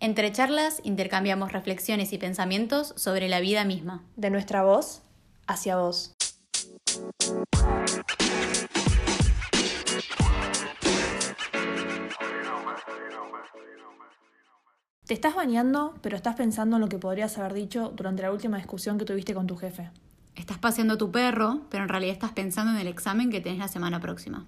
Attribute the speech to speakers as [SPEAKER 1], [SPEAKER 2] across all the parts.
[SPEAKER 1] Entre charlas intercambiamos reflexiones y pensamientos sobre la vida misma.
[SPEAKER 2] De nuestra voz hacia vos.
[SPEAKER 3] Te estás bañando, pero estás pensando en lo que podrías haber dicho durante la última discusión que tuviste con tu jefe.
[SPEAKER 1] Estás paseando a tu perro, pero en realidad estás pensando en el examen que tenés la semana próxima.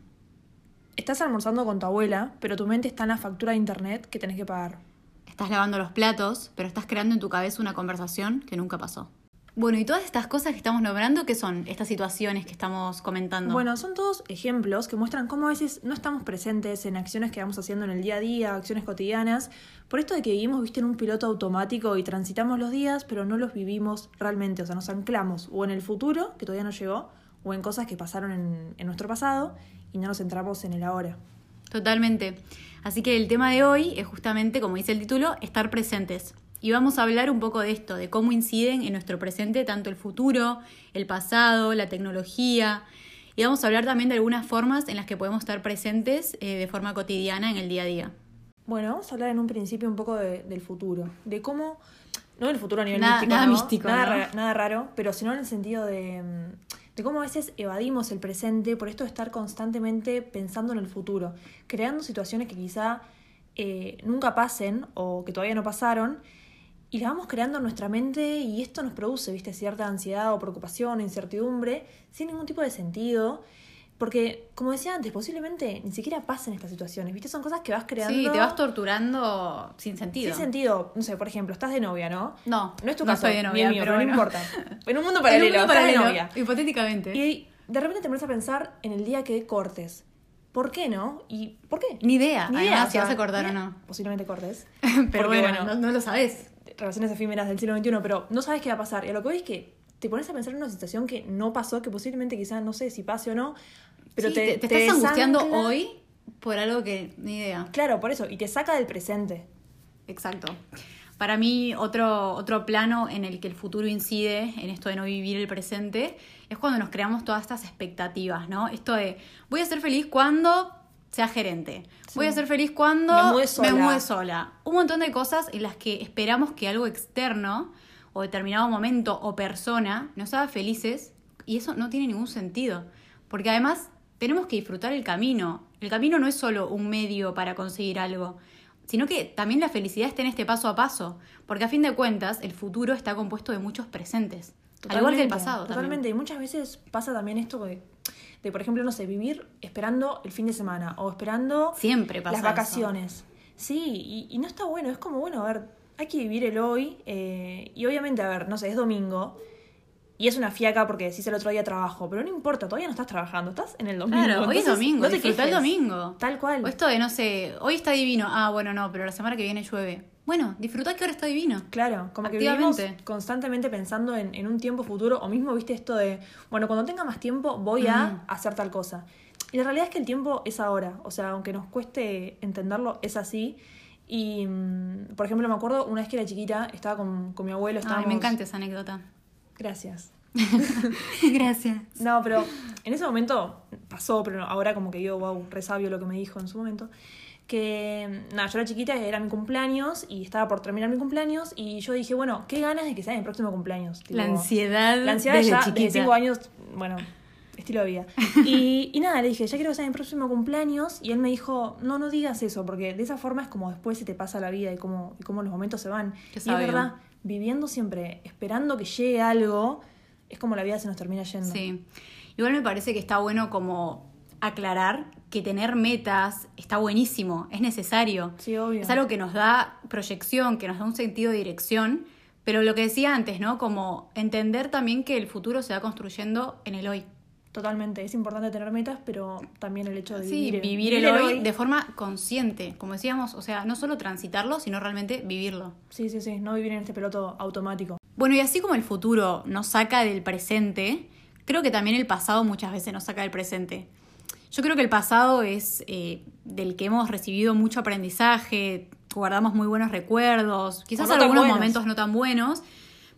[SPEAKER 3] Estás almorzando con tu abuela, pero tu mente está en la factura de internet que tenés que pagar.
[SPEAKER 1] Estás lavando los platos, pero estás creando en tu cabeza una conversación que nunca pasó. Bueno, y todas estas cosas que estamos nombrando, ¿qué son? Estas situaciones que estamos comentando.
[SPEAKER 3] Bueno, son todos ejemplos que muestran cómo a veces no estamos presentes en acciones que vamos haciendo en el día a día, acciones cotidianas, por esto de que vivimos, viste, en un piloto automático y transitamos los días, pero no los vivimos realmente, o sea, nos anclamos o en el futuro, que todavía no llegó, o en cosas que pasaron en, en nuestro pasado y no nos centramos en el ahora.
[SPEAKER 1] Totalmente. Así que el tema de hoy es justamente, como dice el título, estar presentes. Y vamos a hablar un poco de esto, de cómo inciden en nuestro presente tanto el futuro, el pasado, la tecnología. Y vamos a hablar también de algunas formas en las que podemos estar presentes eh, de forma cotidiana en el día a día.
[SPEAKER 3] Bueno, vamos a hablar en un principio un poco de- del futuro, de cómo, no del futuro a nivel
[SPEAKER 1] Nada-
[SPEAKER 3] místico,
[SPEAKER 1] nada
[SPEAKER 3] ¿no?
[SPEAKER 1] místico,
[SPEAKER 3] nada,
[SPEAKER 1] ¿no?
[SPEAKER 3] ra- nada raro, pero sino en el sentido de, mm, de cómo a veces evadimos el presente por esto de estar constantemente pensando en el futuro, creando situaciones que quizá eh, nunca pasen o que todavía no pasaron. Y las vamos creando en nuestra mente y esto nos produce, viste, cierta ansiedad o preocupación o incertidumbre sin ningún tipo de sentido. Porque, como decía antes, posiblemente ni siquiera pasen estas situaciones, viste, son cosas que vas creando.
[SPEAKER 1] Sí, te vas torturando sin sentido.
[SPEAKER 3] Sin sentido, no sé, por ejemplo, estás de novia, ¿no?
[SPEAKER 1] No,
[SPEAKER 3] No es tu
[SPEAKER 1] no
[SPEAKER 3] caso,
[SPEAKER 1] soy de
[SPEAKER 3] ni el
[SPEAKER 1] novia,
[SPEAKER 3] mío,
[SPEAKER 1] pero
[SPEAKER 3] no
[SPEAKER 1] bueno.
[SPEAKER 3] importa. En un mundo paralelo,
[SPEAKER 1] En un mundo
[SPEAKER 3] estás de
[SPEAKER 1] paralelo,
[SPEAKER 3] novia.
[SPEAKER 1] Hipotéticamente.
[SPEAKER 3] Y de repente te empiezas a pensar en el día que cortes. ¿Por qué no? ¿Y por qué?
[SPEAKER 1] Ni idea,
[SPEAKER 3] Ni
[SPEAKER 1] además,
[SPEAKER 3] idea,
[SPEAKER 1] si vas a cortar o
[SPEAKER 3] ni-
[SPEAKER 1] no.
[SPEAKER 3] Posiblemente cortes.
[SPEAKER 1] Pero
[SPEAKER 3] Porque,
[SPEAKER 1] bueno, No, no lo sabes.
[SPEAKER 3] relaciones efímeras del siglo XXI, pero no sabes qué va a pasar. Y a lo que voy es que te pones a pensar en una situación que no pasó, que posiblemente quizás no sé si pase o no, pero
[SPEAKER 1] Sí,
[SPEAKER 3] te,
[SPEAKER 1] te, te estás angustiando
[SPEAKER 3] desancla.
[SPEAKER 1] hoy por algo que ni idea.
[SPEAKER 3] Claro, por eso, y te saca del presente.
[SPEAKER 1] Exacto. Para mí, otro, otro plano en el que el futuro incide en esto de no vivir el presente es cuando nos creamos todas estas expectativas, ¿no? Esto de voy a ser feliz cuando sea gerente, voy a ser feliz cuando
[SPEAKER 3] Me mude sola.
[SPEAKER 1] mude sola. Un montón de cosas en las que esperamos que algo externo o determinado momento o persona nos haga felices y eso no tiene ningún sentido. Porque además tenemos que disfrutar el camino. El camino no es solo un medio para conseguir algo, sino que también la felicidad está en este paso a paso. Porque a fin de cuentas el futuro está compuesto de muchos presentes. al igual que el
[SPEAKER 3] Totalmente,
[SPEAKER 1] pasado. también.
[SPEAKER 3] Totalmente. Y muchas veces pasa también esto de, de, por ejemplo, no sé, vivir esperando el fin de semana o esperando
[SPEAKER 1] Siempre pasa
[SPEAKER 3] las
[SPEAKER 1] eso.
[SPEAKER 3] vacaciones. Sí, y, y no está bueno. Es como, bueno, a ver, hay que vivir el hoy. eh, y obviamente, a ver, no sé, es domingo. Y es una fiaca porque decís el otro día trabajo, pero no importa, todavía no estás trabajando, estás en el domingo.
[SPEAKER 1] Claro, hoy es
[SPEAKER 3] Entonces,
[SPEAKER 1] domingo,
[SPEAKER 3] no te
[SPEAKER 1] disfrutá el
[SPEAKER 3] quejes.
[SPEAKER 1] domingo.
[SPEAKER 3] Tal cual.
[SPEAKER 1] O esto de, no sé, hoy está divino. Ah, bueno, no, pero la semana que viene llueve. Bueno, disfrutá que ahora está divino.
[SPEAKER 3] Claro, como que vivimos
[SPEAKER 1] Activamente.
[SPEAKER 3] constantemente pensando en, en un tiempo futuro, o mismo viste esto de, bueno, cuando tenga más tiempo voy a hacer tal cosa. Y la realidad es que el tiempo es ahora, o sea, aunque nos cueste entenderlo, es así. Y, mm, por ejemplo, me acuerdo una vez que era chiquita, estaba con, con mi abuelo, estábamos...
[SPEAKER 1] Ay, me encanta esa anécdota.
[SPEAKER 3] Gracias.
[SPEAKER 1] Gracias.
[SPEAKER 3] No, pero en ese momento pasó, pero no, ahora como que yo, wow, re sabio lo que me dijo en su momento. Que nada, yo era chiquita, era mi cumpleaños y estaba por terminar mi cumpleaños y yo dije, bueno, qué ganas de que sea mi próximo cumpleaños. Tipo,
[SPEAKER 1] la ansiedad.
[SPEAKER 3] La ansiedad
[SPEAKER 1] desde
[SPEAKER 3] ya
[SPEAKER 1] chiquita.
[SPEAKER 3] desde 5 años, bueno, estilo de vida. Y, y nada, le dije, ya quiero que sea mi próximo cumpleaños y él me dijo, no, no digas eso, porque de esa forma es como después se te pasa la vida y cómo, y cómo los momentos se van.
[SPEAKER 1] Qué
[SPEAKER 3] y es
[SPEAKER 1] sabio.
[SPEAKER 3] verdad, viviendo siempre, esperando que llegue algo, es como la vida se nos termina yendo.
[SPEAKER 1] Sí. Igual me parece que está bueno como aclarar que tener metas está buenísimo, es necesario.
[SPEAKER 3] Sí, obvio.
[SPEAKER 1] Es algo que nos da proyección, que nos da un sentido de dirección, pero lo que decía antes, ¿no? Como entender también que el futuro se va construyendo en el hoy.
[SPEAKER 3] Totalmente, es importante tener metas, pero también el hecho de
[SPEAKER 1] Sí,
[SPEAKER 3] vivir,
[SPEAKER 1] vivir el hoy de forma consciente, como decíamos, o sea, no solo transitarlo, sino realmente vivirlo.
[SPEAKER 3] Sí, sí, sí, no vivir en este peloto automático.
[SPEAKER 1] Bueno, y así como el futuro nos saca del presente, creo que también el pasado muchas veces nos saca del presente. Yo creo que el pasado es eh, del que hemos recibido mucho aprendizaje, guardamos muy buenos recuerdos, quizás
[SPEAKER 3] no tan
[SPEAKER 1] algunos
[SPEAKER 3] buenos.
[SPEAKER 1] momentos no tan buenos,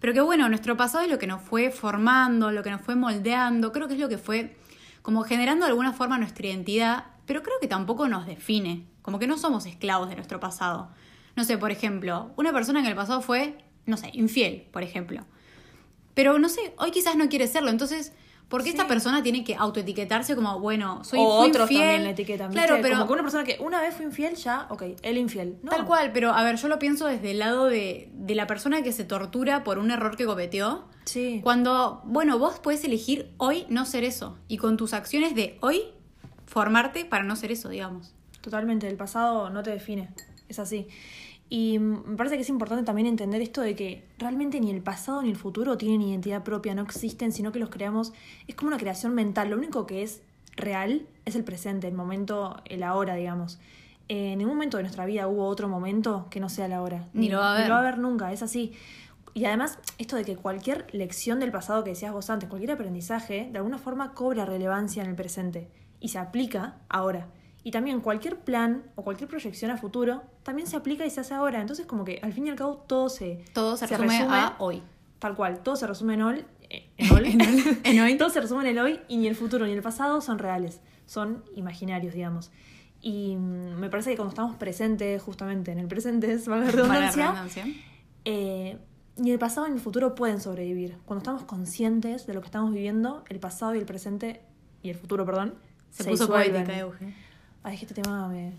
[SPEAKER 1] pero que bueno, nuestro pasado es lo que nos fue formando, lo que nos fue moldeando, creo que es lo que fue como generando de alguna forma nuestra identidad, pero creo que tampoco nos define, como que no somos esclavos de nuestro pasado. No sé, por ejemplo, una persona que en el pasado fue, no sé, infiel, por ejemplo. Pero no sé, hoy quizás no quiere serlo, entonces, ¿por qué esta persona tiene que autoetiquetarse como, bueno, soy
[SPEAKER 3] o
[SPEAKER 1] fui
[SPEAKER 3] otros
[SPEAKER 1] infiel?
[SPEAKER 3] también la etiquetan. ¿viste?
[SPEAKER 1] Claro, pero
[SPEAKER 3] Como que una persona que una vez fue infiel, ya, ok, el infiel. No.
[SPEAKER 1] Tal cual, pero a ver, yo lo pienso desde el lado de, de la persona que se tortura por un error que cometió.
[SPEAKER 3] Sí.
[SPEAKER 1] Cuando, bueno, vos puedes elegir hoy no ser eso. Y con tus acciones de hoy, formarte para no ser eso, digamos.
[SPEAKER 3] Totalmente, el pasado no te define, es así. Y mm, me parece que es importante también entender esto de que realmente ni el pasado ni el futuro tienen identidad propia, no existen, sino que los creamos, es como una creación mental, lo único que es real es el presente, el momento, el ahora, digamos. Eh, en ningún momento de nuestra vida hubo otro momento que no sea la hora.
[SPEAKER 1] Ni lo va a haber.
[SPEAKER 3] Ni lo va a haber nunca, es así. Y además, esto de que cualquier lección del pasado que decías vos antes, cualquier aprendizaje, de alguna forma cobra relevancia en el presente y se aplica ahora. Y también cualquier plan o cualquier proyección a futuro también se aplica y se hace ahora. Entonces, como que al fin y al cabo todo se,
[SPEAKER 1] Todo se, resume, a hoy.
[SPEAKER 3] Tal cual, todo se resume en hoy. eh, En hoy.
[SPEAKER 1] En hoy- en hoy.
[SPEAKER 3] Todo se resume en el hoy y ni el futuro ni el pasado son reales, son imaginarios, digamos. Y mm, me parece que cuando estamos presentes, justamente en el presente, es valga la
[SPEAKER 1] Para la
[SPEAKER 3] redundancia,
[SPEAKER 1] redundancia.
[SPEAKER 3] eh, ni el pasado ni el futuro pueden sobrevivir. Cuando estamos conscientes de lo que estamos viviendo, el pasado y el presente, y el futuro, perdón,
[SPEAKER 1] Se, puso
[SPEAKER 3] disuelven.
[SPEAKER 1] poética, Euge.
[SPEAKER 3] Ay, es que este tema me...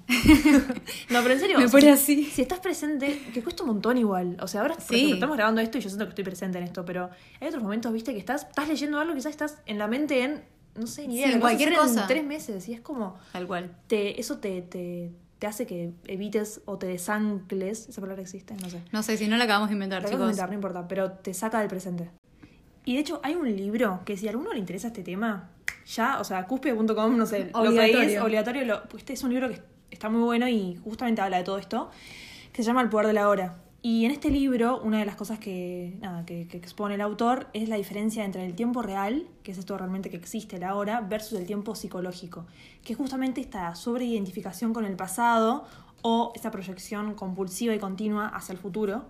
[SPEAKER 3] No, pero en serio.
[SPEAKER 1] Me
[SPEAKER 3] o sea,
[SPEAKER 1] pone así.
[SPEAKER 3] Si estás presente, que cuesta un montón igual. O sea, ahora por
[SPEAKER 1] Sí.
[SPEAKER 3] ejemplo, estamos grabando esto y yo siento que estoy presente en esto, pero hay otros momentos, viste, que estás, estás leyendo algo, quizás estás en la mente en, no sé, ni
[SPEAKER 1] Sí,
[SPEAKER 3] idea, lo vas a
[SPEAKER 1] cualquier
[SPEAKER 3] hacer en
[SPEAKER 1] cosa.
[SPEAKER 3] tres meses. Y es como,
[SPEAKER 1] Tal cual.
[SPEAKER 3] te, eso te, te, te hace que evites o te desancles. Esa palabra existe, no sé.
[SPEAKER 1] No sé, si no la acabamos de inventar,
[SPEAKER 3] Lo acabo de
[SPEAKER 1] chicos.
[SPEAKER 3] inventar, no importa, pero te saca del presente. Y de hecho, hay un libro que si a alguno le interesa este tema, ya, o sea, cuspe.com, no sé, lo
[SPEAKER 1] Obligatorio.
[SPEAKER 3] que es obligatorio, lo- pues este es un libro que está muy bueno y justamente habla de todo esto, que se llama El poder de la hora. Y en este libro, una de las cosas que, nada, que, que expone el autor es la diferencia entre el tiempo real, que es esto realmente que existe, la hora, versus el tiempo psicológico, que es justamente esta sobreidentificación con el pasado o esta proyección compulsiva y continua hacia el futuro,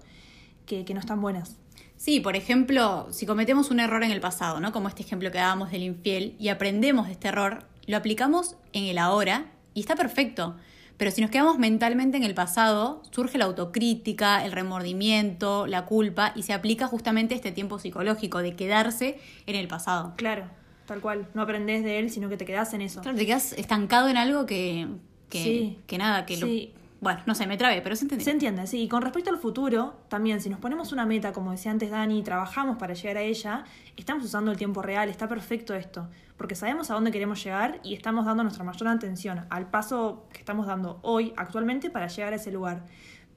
[SPEAKER 3] que, que no están buenas.
[SPEAKER 1] Sí, por ejemplo, si cometemos un error en el pasado, ¿no? Como este ejemplo que dábamos del infiel, y aprendemos de este error, lo aplicamos en el ahora y está perfecto. Pero si nos quedamos mentalmente en el pasado, surge la autocrítica, el remordimiento, la culpa, y se aplica justamente este tiempo psicológico de quedarse en el pasado.
[SPEAKER 3] Claro, tal cual. No aprendes de él, sino que te quedás en eso.
[SPEAKER 1] Claro, te quedas estancado en algo que, que,
[SPEAKER 3] Sí.
[SPEAKER 1] que nada, que lo-
[SPEAKER 3] Sí.
[SPEAKER 1] Bueno, no sé, me trabé, pero se entendió.
[SPEAKER 3] Se entiende, sí. Y con respecto al futuro, también, si nos ponemos una meta, como decía antes Dani, y trabajamos para llegar a ella, estamos usando el tiempo real, está perfecto esto. Porque sabemos a dónde queremos llegar y estamos dando nuestra mayor atención al paso que estamos dando hoy, actualmente, para llegar a ese lugar.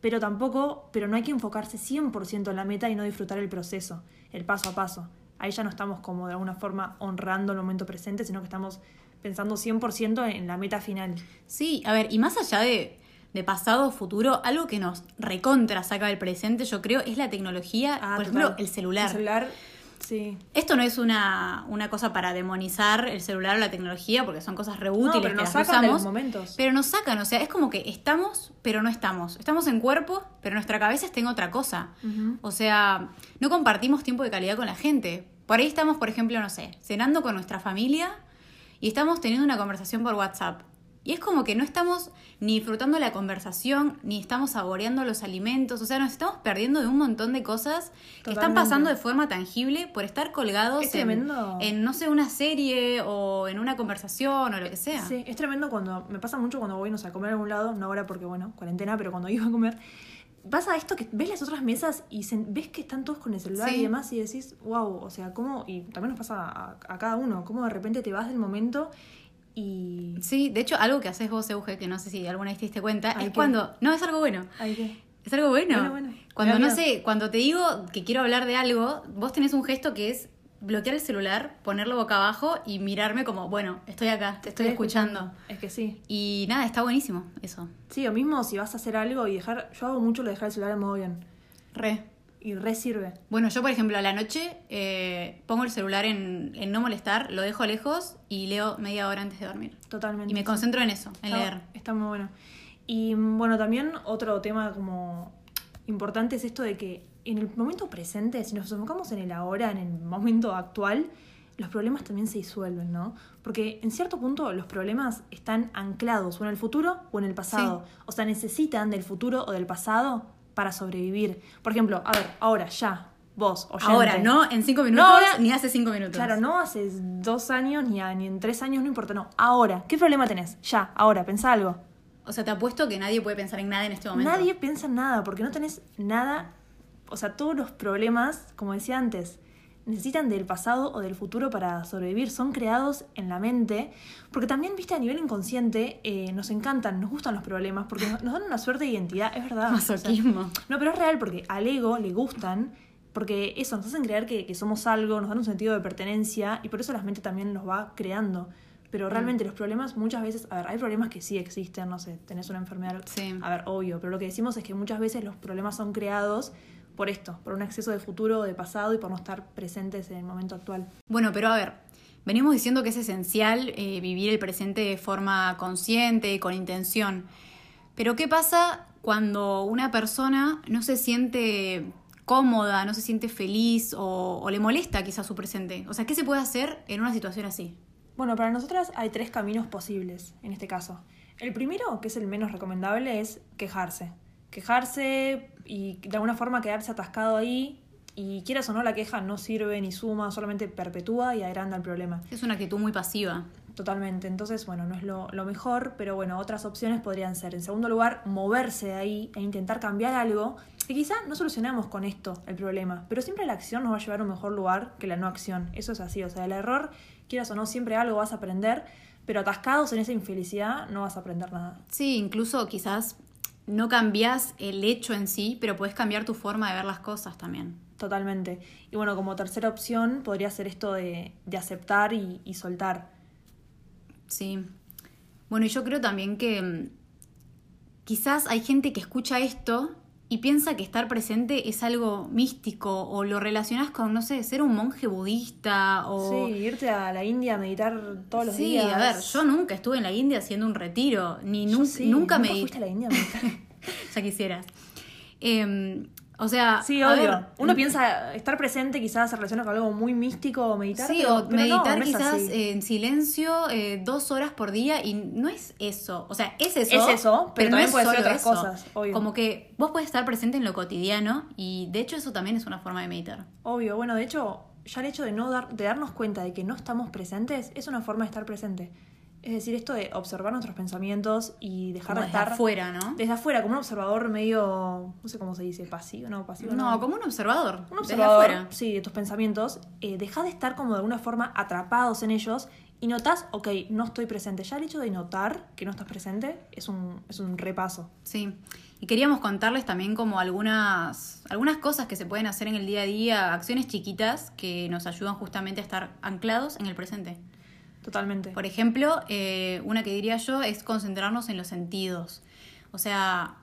[SPEAKER 3] Pero tampoco, pero no hay que enfocarse 100% en la meta y no disfrutar el proceso, el paso a paso. Ahí ya no estamos como de alguna forma honrando el momento presente, sino que estamos pensando 100% en la meta final.
[SPEAKER 1] Sí, a ver, y más allá de, de pasado o futuro, algo que nos recontra saca del presente, yo creo, es la tecnología, por ejemplo,
[SPEAKER 3] Ah, total.
[SPEAKER 1] el celular.
[SPEAKER 3] El celular, sí.
[SPEAKER 1] Esto no es una, una cosa para demonizar el celular o la tecnología, porque son cosas reútiles
[SPEAKER 3] pero
[SPEAKER 1] que
[SPEAKER 3] nos
[SPEAKER 1] las
[SPEAKER 3] sacan de
[SPEAKER 1] usamos,
[SPEAKER 3] los momentos.
[SPEAKER 1] Pero nos sacan, o sea, es como que estamos, pero no estamos. Estamos en cuerpo, pero nuestra cabeza está en otra cosa.
[SPEAKER 3] Ujú.
[SPEAKER 1] O sea, no compartimos tiempo de calidad con la gente. Por ahí estamos, por ejemplo, no sé, cenando con nuestra familia y estamos teniendo una conversación por WhatsApp. Y es como que no estamos ni disfrutando la conversación, ni estamos saboreando los alimentos, o sea, nos estamos perdiendo de un montón de cosas que están
[SPEAKER 3] Totalmente.
[SPEAKER 1] pasando de forma tangible por estar colgados
[SPEAKER 3] Es
[SPEAKER 1] en,
[SPEAKER 3] tremendo.
[SPEAKER 1] en, no sé, una serie o en una conversación o lo que sea.
[SPEAKER 3] Sí, es tremendo cuando. Me pasa mucho cuando voy, no sé, a comer a algún lado, no ahora porque, bueno, cuarentena, pero cuando iba a comer. Pasa esto que ves las otras mesas y sen- ves que están todos con el celular
[SPEAKER 1] Sí.
[SPEAKER 3] y demás y decís, wow, o sea, cómo. Y también nos pasa a, a cada uno, cómo de repente te vas del momento y.
[SPEAKER 1] Sí, de hecho, algo que haces vos, Euge, que no sé si alguna vez te diste cuenta,
[SPEAKER 3] Ay,
[SPEAKER 1] es
[SPEAKER 3] ¿qué?
[SPEAKER 1] cuando. No, es algo bueno.
[SPEAKER 3] Ay, ¿qué?
[SPEAKER 1] Es algo bueno.
[SPEAKER 3] Bueno, bueno.
[SPEAKER 1] Cuando
[SPEAKER 3] Me da
[SPEAKER 1] no
[SPEAKER 3] miedo.
[SPEAKER 1] sé, cuando te digo que quiero hablar de algo, vos tenés un gesto que es bloquear el celular, ponerlo boca abajo y mirarme como, bueno, estoy acá, te estoy escuchando.
[SPEAKER 3] Es que sí.
[SPEAKER 1] Y nada, está buenísimo eso.
[SPEAKER 3] Sí, o mismo si vas a hacer algo y dejar. Yo hago mucho lo de dejar el celular en modo avión.
[SPEAKER 1] Re.
[SPEAKER 3] Y re sirve.
[SPEAKER 1] Bueno, yo por ejemplo a la noche eh, pongo el celular en, en no molestar, lo dejo lejos y leo media hora antes de dormir.
[SPEAKER 3] Totalmente.
[SPEAKER 1] Y me concentro en eso, en
[SPEAKER 3] Está-
[SPEAKER 1] leer.
[SPEAKER 3] Está muy bueno. Y mm, bueno, también otro tema como importante es esto de que en el momento presente, si nos enfocamos en el ahora, en el momento actual, los problemas también se disuelven, ¿no? Porque en cierto punto los problemas están anclados o en el futuro o en el pasado. O sea, necesitan del futuro o del pasado para sobrevivir. Por ejemplo, a ver, ahora, ya, vos, oyente.
[SPEAKER 1] Ahora, no en cinco minutos
[SPEAKER 3] No, ahora-
[SPEAKER 1] ni hace cinco minutos.
[SPEAKER 3] Claro, no hace dos años ni, a- ni en tres años, no importa, no. Ahora, ¿qué problema tenés? Ya, ahora, pensá algo.
[SPEAKER 1] O sea, te apuesto que nadie puede pensar en nada en este momento.
[SPEAKER 3] Nadie piensa en nada porque no tenés nada. O sea, todos los problemas, como decía antes, necesitan del pasado o del futuro para sobrevivir. Son creados en la mente. Porque también, viste, a nivel inconsciente, eh, nos encantan, nos gustan los problemas porque nos nos dan una suerte de identidad. Es verdad. o sea,
[SPEAKER 1] Masoquismo.
[SPEAKER 3] no, pero es real porque al ego le gustan, porque eso, nos hacen creer que, que somos algo, nos dan un sentido de pertenencia y por eso la mente también nos va creando. Pero realmente los problemas muchas veces, a ver, hay problemas que sí existen, no sé, tenés una enfermedad,
[SPEAKER 1] Sí.
[SPEAKER 3] a ver, obvio, pero lo que decimos es que muchas veces los problemas son creados por esto, por un exceso de futuro, de pasado y por no estar presentes en el momento actual.
[SPEAKER 1] Bueno, pero a ver, venimos diciendo que es esencial eh, vivir el presente de forma consciente, con intención. Pero ¿qué pasa cuando una persona no se siente cómoda, no se siente feliz o, o le molesta quizás su presente? O sea, ¿qué se puede hacer en una situación así?
[SPEAKER 3] Bueno, para nosotras hay tres caminos posibles en este caso. El primero, que es el menos recomendable, es quejarse. Quejarse y de alguna forma quedarse atascado ahí y quieras o no la queja no sirve ni suma, solamente perpetúa y agranda el problema.
[SPEAKER 1] Es una actitud muy pasiva.
[SPEAKER 3] Totalmente, entonces bueno, no es lo, lo mejor, pero bueno, otras opciones podrían ser, en segundo lugar, moverse de ahí e intentar cambiar algo, que quizá no solucionamos con esto el problema, pero siempre la acción nos va a llevar a un mejor lugar que la no acción, eso es así, o sea, el error, quieras o no, siempre algo vas a aprender, pero atascados en esa infelicidad no vas a aprender nada.
[SPEAKER 1] Sí, incluso quizás no cambias el hecho en sí, pero puedes cambiar tu forma de ver las cosas también.
[SPEAKER 3] Totalmente. Y bueno, como tercera opción podría ser esto de, de aceptar y- y soltar.
[SPEAKER 1] Sí. Bueno, y yo creo también que mm, quizás hay gente que escucha esto y piensa que estar presente es algo místico o lo relacionas con, no sé, ser un monje budista o...
[SPEAKER 3] Sí, irte a la India a meditar todos los
[SPEAKER 1] Sí,
[SPEAKER 3] días.
[SPEAKER 1] a ver, yo nunca estuve en la India haciendo un retiro, ni
[SPEAKER 3] Yo
[SPEAKER 1] nun-
[SPEAKER 3] sí,
[SPEAKER 1] nunca, me...
[SPEAKER 3] fuiste a la India a meditar.
[SPEAKER 1] ya quisieras. Em, o sea...
[SPEAKER 3] Sí,
[SPEAKER 1] a
[SPEAKER 3] obvio.
[SPEAKER 1] ver,
[SPEAKER 3] Uno piensa estar presente quizás se relaciona con algo muy místico o meditar.
[SPEAKER 1] Sí,
[SPEAKER 3] pero-
[SPEAKER 1] o
[SPEAKER 3] pero no,
[SPEAKER 1] meditar
[SPEAKER 3] no es
[SPEAKER 1] quizás
[SPEAKER 3] así.
[SPEAKER 1] eh, en silencio eh, dos horas por día y no es eso. O sea, es eso.
[SPEAKER 3] Es eso, pero también
[SPEAKER 1] es
[SPEAKER 3] puede ser
[SPEAKER 1] solo
[SPEAKER 3] otras cosas, obvio.
[SPEAKER 1] Como que vos puedes estar presente en lo cotidiano y de hecho eso también es una forma de meditar.
[SPEAKER 3] Obvio, bueno, de hecho, ya el hecho de no dar, de darnos cuenta de que no estamos presentes es una forma de estar presente. Es decir, esto de observar nuestros pensamientos y dejar
[SPEAKER 1] Como
[SPEAKER 3] de
[SPEAKER 1] desde
[SPEAKER 3] estar
[SPEAKER 1] afuera, ¿no?
[SPEAKER 3] desde afuera, como un observador medio, no sé cómo se dice, pasivo, no, pasivo.
[SPEAKER 1] no, como un observador.
[SPEAKER 3] un
[SPEAKER 1] desde
[SPEAKER 3] observador,
[SPEAKER 1] afuera.
[SPEAKER 3] sí, de tus pensamientos, eh, deja de estar como de alguna forma atrapados en ellos y notas, ok, no estoy presente. Ya el hecho de notar que no estás presente es un, es un repaso.
[SPEAKER 1] Sí. Y queríamos contarles también como algunas, algunas cosas que se pueden hacer en el día a día, acciones chiquitas que nos ayudan justamente a estar anclados en el presente.
[SPEAKER 3] Totalmente.
[SPEAKER 1] Por ejemplo, eh, una que diría yo es concentrarnos en los sentidos. O sea,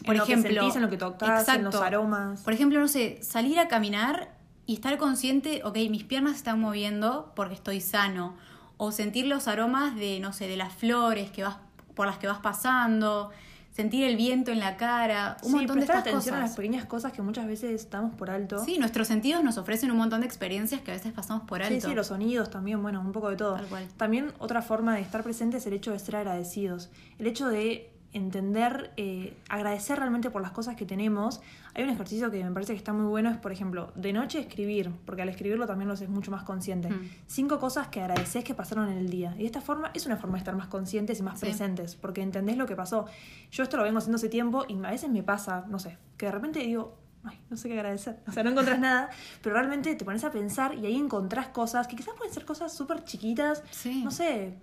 [SPEAKER 3] En
[SPEAKER 1] por
[SPEAKER 3] lo que
[SPEAKER 1] ejemplo.
[SPEAKER 3] sentís, en lo que tocás, en los aromas.
[SPEAKER 1] Por ejemplo, no sé, salir a caminar y estar consciente, ok, mis piernas se están moviendo porque estoy sano. O sentir los aromas de, no sé, de las flores que vas, por las que vas pasando, sentir el viento en la cara, un
[SPEAKER 3] Sí,
[SPEAKER 1] montón de
[SPEAKER 3] prestar
[SPEAKER 1] estas
[SPEAKER 3] atención a las
[SPEAKER 1] cosas.
[SPEAKER 3] pequeñas cosas que muchas veces estamos por alto.
[SPEAKER 1] Sí, nuestros sentidos nos ofrecen un montón de experiencias que a veces pasamos por alto.
[SPEAKER 3] Sí, sí, los sonidos también, bueno, un poco de todo.
[SPEAKER 1] Tal cual.
[SPEAKER 3] También otra forma de estar presente es el hecho de ser agradecidos, el hecho de entender, eh, agradecer realmente por las cosas que tenemos. Hay un ejercicio que me parece que está muy bueno, es por ejemplo, de noche escribir, porque al escribirlo también lo es mucho más consciente.
[SPEAKER 1] Mm.
[SPEAKER 3] Cinco cosas que agradeces que pasaron en el día. Y de esta forma es una forma de estar más conscientes y más
[SPEAKER 1] Sí.
[SPEAKER 3] presentes, porque entendés lo que pasó. Yo esto lo vengo haciendo hace tiempo y a veces me pasa, no sé, que de repente digo, ay, no sé qué agradecer. O sea, no encontrás nada, pero realmente te pones a pensar y ahí encontrás cosas que quizás pueden ser cosas súper chiquitas.
[SPEAKER 1] Sí.
[SPEAKER 3] No sé,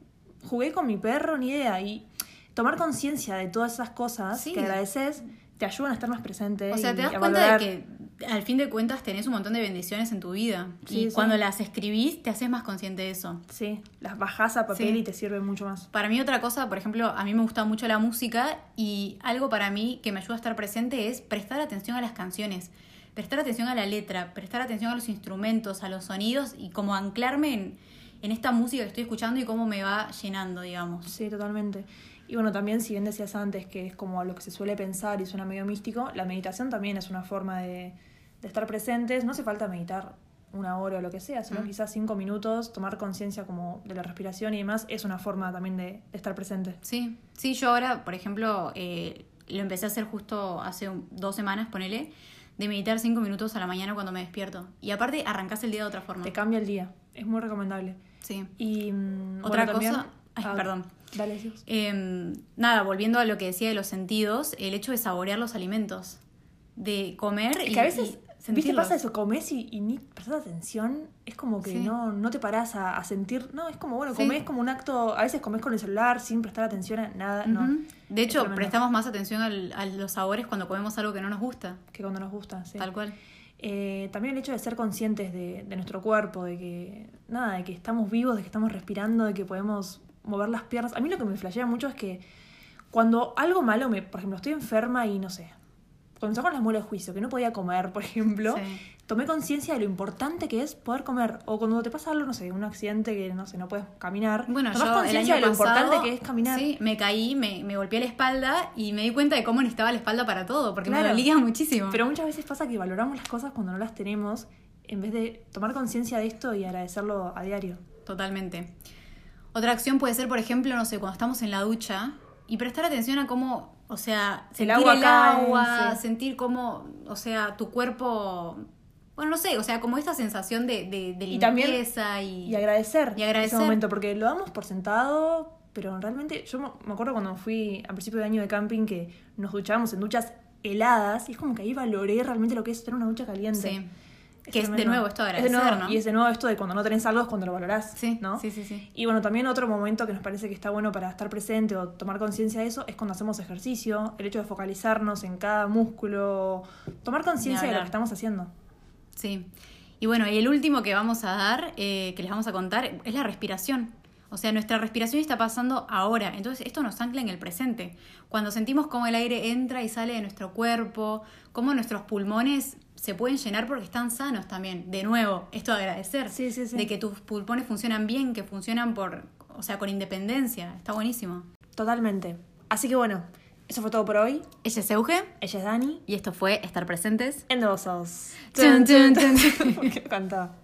[SPEAKER 3] jugué con mi perro, ni idea. Y tomar conciencia de todas esas cosas
[SPEAKER 1] Sí.
[SPEAKER 3] que agradeces te ayudan a estar más presente.
[SPEAKER 1] O sea,
[SPEAKER 3] y
[SPEAKER 1] te das
[SPEAKER 3] a
[SPEAKER 1] cuenta
[SPEAKER 3] valorar.
[SPEAKER 1] de que al fin de cuentas tenés un montón de bendiciones en tu vida.
[SPEAKER 3] Sí,
[SPEAKER 1] y
[SPEAKER 3] sí.
[SPEAKER 1] cuando las escribís, te haces más consciente de eso.
[SPEAKER 3] Sí, las bajás a papel
[SPEAKER 1] Sí.
[SPEAKER 3] y te sirve mucho más.
[SPEAKER 1] Para mí, otra cosa, por ejemplo, a mí me gusta mucho la música y algo para mí que me ayuda a estar presente es prestar atención a las canciones, prestar atención a la letra, prestar atención a los instrumentos, a los sonidos y como anclarme en, en esta música que estoy escuchando y cómo me va llenando, digamos.
[SPEAKER 3] Sí, totalmente. Y bueno, también si bien decías antes que es como lo que se suele pensar y suena medio místico, la meditación también es una forma de, de estar presentes. No hace falta meditar una hora o lo que sea, sino
[SPEAKER 1] Mm.
[SPEAKER 3] quizás cinco minutos, tomar conciencia como de la respiración y demás, es una forma también de, de estar presente.
[SPEAKER 1] Sí, sí, yo ahora, por ejemplo, eh, lo empecé a hacer justo hace un- dos semanas, ponele, de meditar cinco minutos a la mañana cuando me despierto. Y aparte, arrancás el día de otra forma.
[SPEAKER 3] Te cambia el día, es muy recomendable.
[SPEAKER 1] Sí.
[SPEAKER 3] Y mm,
[SPEAKER 1] Otra
[SPEAKER 3] bueno, también-
[SPEAKER 1] cosa- ay, perdón.
[SPEAKER 3] Dale, Dios.
[SPEAKER 1] Eh, nada, volviendo a lo que decía de los sentidos, el hecho de saborear los alimentos, de comer y,
[SPEAKER 3] Es que a veces,
[SPEAKER 1] y
[SPEAKER 3] ¿viste?
[SPEAKER 1] sentirlos.
[SPEAKER 3] Pasa eso, comes y, y ni prestás atención, es como que
[SPEAKER 1] Sí.
[SPEAKER 3] no, no te parás a, a sentir. No, es como, bueno,
[SPEAKER 1] Sí.
[SPEAKER 3] comés como un acto. A veces comes con el celular sin prestar atención a nada,
[SPEAKER 1] Ujú.
[SPEAKER 3] no.
[SPEAKER 1] De
[SPEAKER 3] Es
[SPEAKER 1] hecho,
[SPEAKER 3] tremendo.
[SPEAKER 1] prestamos más atención al- a los sabores cuando comemos algo que no nos gusta,
[SPEAKER 3] Que cuando nos gusta, sí.
[SPEAKER 1] tal cual.
[SPEAKER 3] Eh, también el hecho de ser conscientes de, de nuestro cuerpo, de que nada, de que estamos vivos, de que estamos respirando, de que podemos mover las piernas. A mí lo que me flashea mucho es que cuando algo malo me, por ejemplo, estoy enferma y no sé, cuando estaba con las muelas de juicio, que no podía comer, por ejemplo,
[SPEAKER 1] Sí.
[SPEAKER 3] tomé conciencia de lo importante que es poder comer. O cuando te pasa algo, no sé, un accidente que no sé, no puedes caminar,
[SPEAKER 1] Bueno,
[SPEAKER 3] tomás
[SPEAKER 1] yo el año
[SPEAKER 3] conciencia de lo
[SPEAKER 1] pasado,
[SPEAKER 3] importante que es caminar.
[SPEAKER 1] Sí, me caí, me, me golpeé la espalda y me di cuenta de cómo necesitaba la espalda para todo, porque me
[SPEAKER 3] Claro.
[SPEAKER 1] dolía muchísimo.
[SPEAKER 3] Pero muchas veces pasa que valoramos las cosas cuando no las tenemos, en vez de tomar conciencia de esto y agradecerlo a diario.
[SPEAKER 1] Totalmente. Otra acción puede ser, por ejemplo, no sé, cuando estamos en la ducha y prestar atención a cómo, o sea, sentir el agua,
[SPEAKER 3] agua cae, sí.
[SPEAKER 1] sentir cómo, o sea, tu cuerpo, bueno, no sé, o sea, como esta sensación de, de, de
[SPEAKER 3] Y también-
[SPEAKER 1] limpieza y,
[SPEAKER 3] Y agradecer,
[SPEAKER 1] Y agradecer.
[SPEAKER 3] ese momento, porque lo damos por sentado, pero realmente yo me- me acuerdo cuando fui a principio de año de camping que nos duchábamos en duchas heladas y es como que ahí valoré realmente lo que es tener una ducha caliente.
[SPEAKER 1] Sí. Que es de
[SPEAKER 3] tremendo.
[SPEAKER 1] nuevo esto de
[SPEAKER 3] Es de nuevo,
[SPEAKER 1] agradecer, ¿no?
[SPEAKER 3] Y es de nuevo esto de cuando no tenés algo es cuando lo valorás,
[SPEAKER 1] Sí,
[SPEAKER 3] ¿no?
[SPEAKER 1] sí, sí, sí.
[SPEAKER 3] Y bueno, también otro momento que nos parece que está bueno para estar presente o tomar conciencia de eso es cuando hacemos ejercicio, el hecho de focalizarnos en cada músculo, tomar conciencia de lo
[SPEAKER 1] hablar.
[SPEAKER 3] que estamos haciendo.
[SPEAKER 1] Sí. Y bueno, y el último que vamos a dar, eh, que les vamos a contar, es la respiración. O sea, nuestra respiración está pasando ahora. Entonces, esto nos ancla en el presente. Cuando sentimos cómo el aire entra y sale de nuestro cuerpo, cómo nuestros pulmones se pueden llenar porque están sanos también. De nuevo, esto de agradecer.
[SPEAKER 3] Sí, sí, sí.
[SPEAKER 1] De que tus pulmones funcionan bien, que funcionan por, o sea, con independencia. Está buenísimo.
[SPEAKER 3] Totalmente. Así que bueno, eso fue todo por hoy.
[SPEAKER 1] Ella es Euge
[SPEAKER 3] Ella es Dani.
[SPEAKER 1] y esto fue Estar Presentes.
[SPEAKER 3] En dos ojos.
[SPEAKER 1] Chun, chun, chun, chun.
[SPEAKER 3] Cantaba.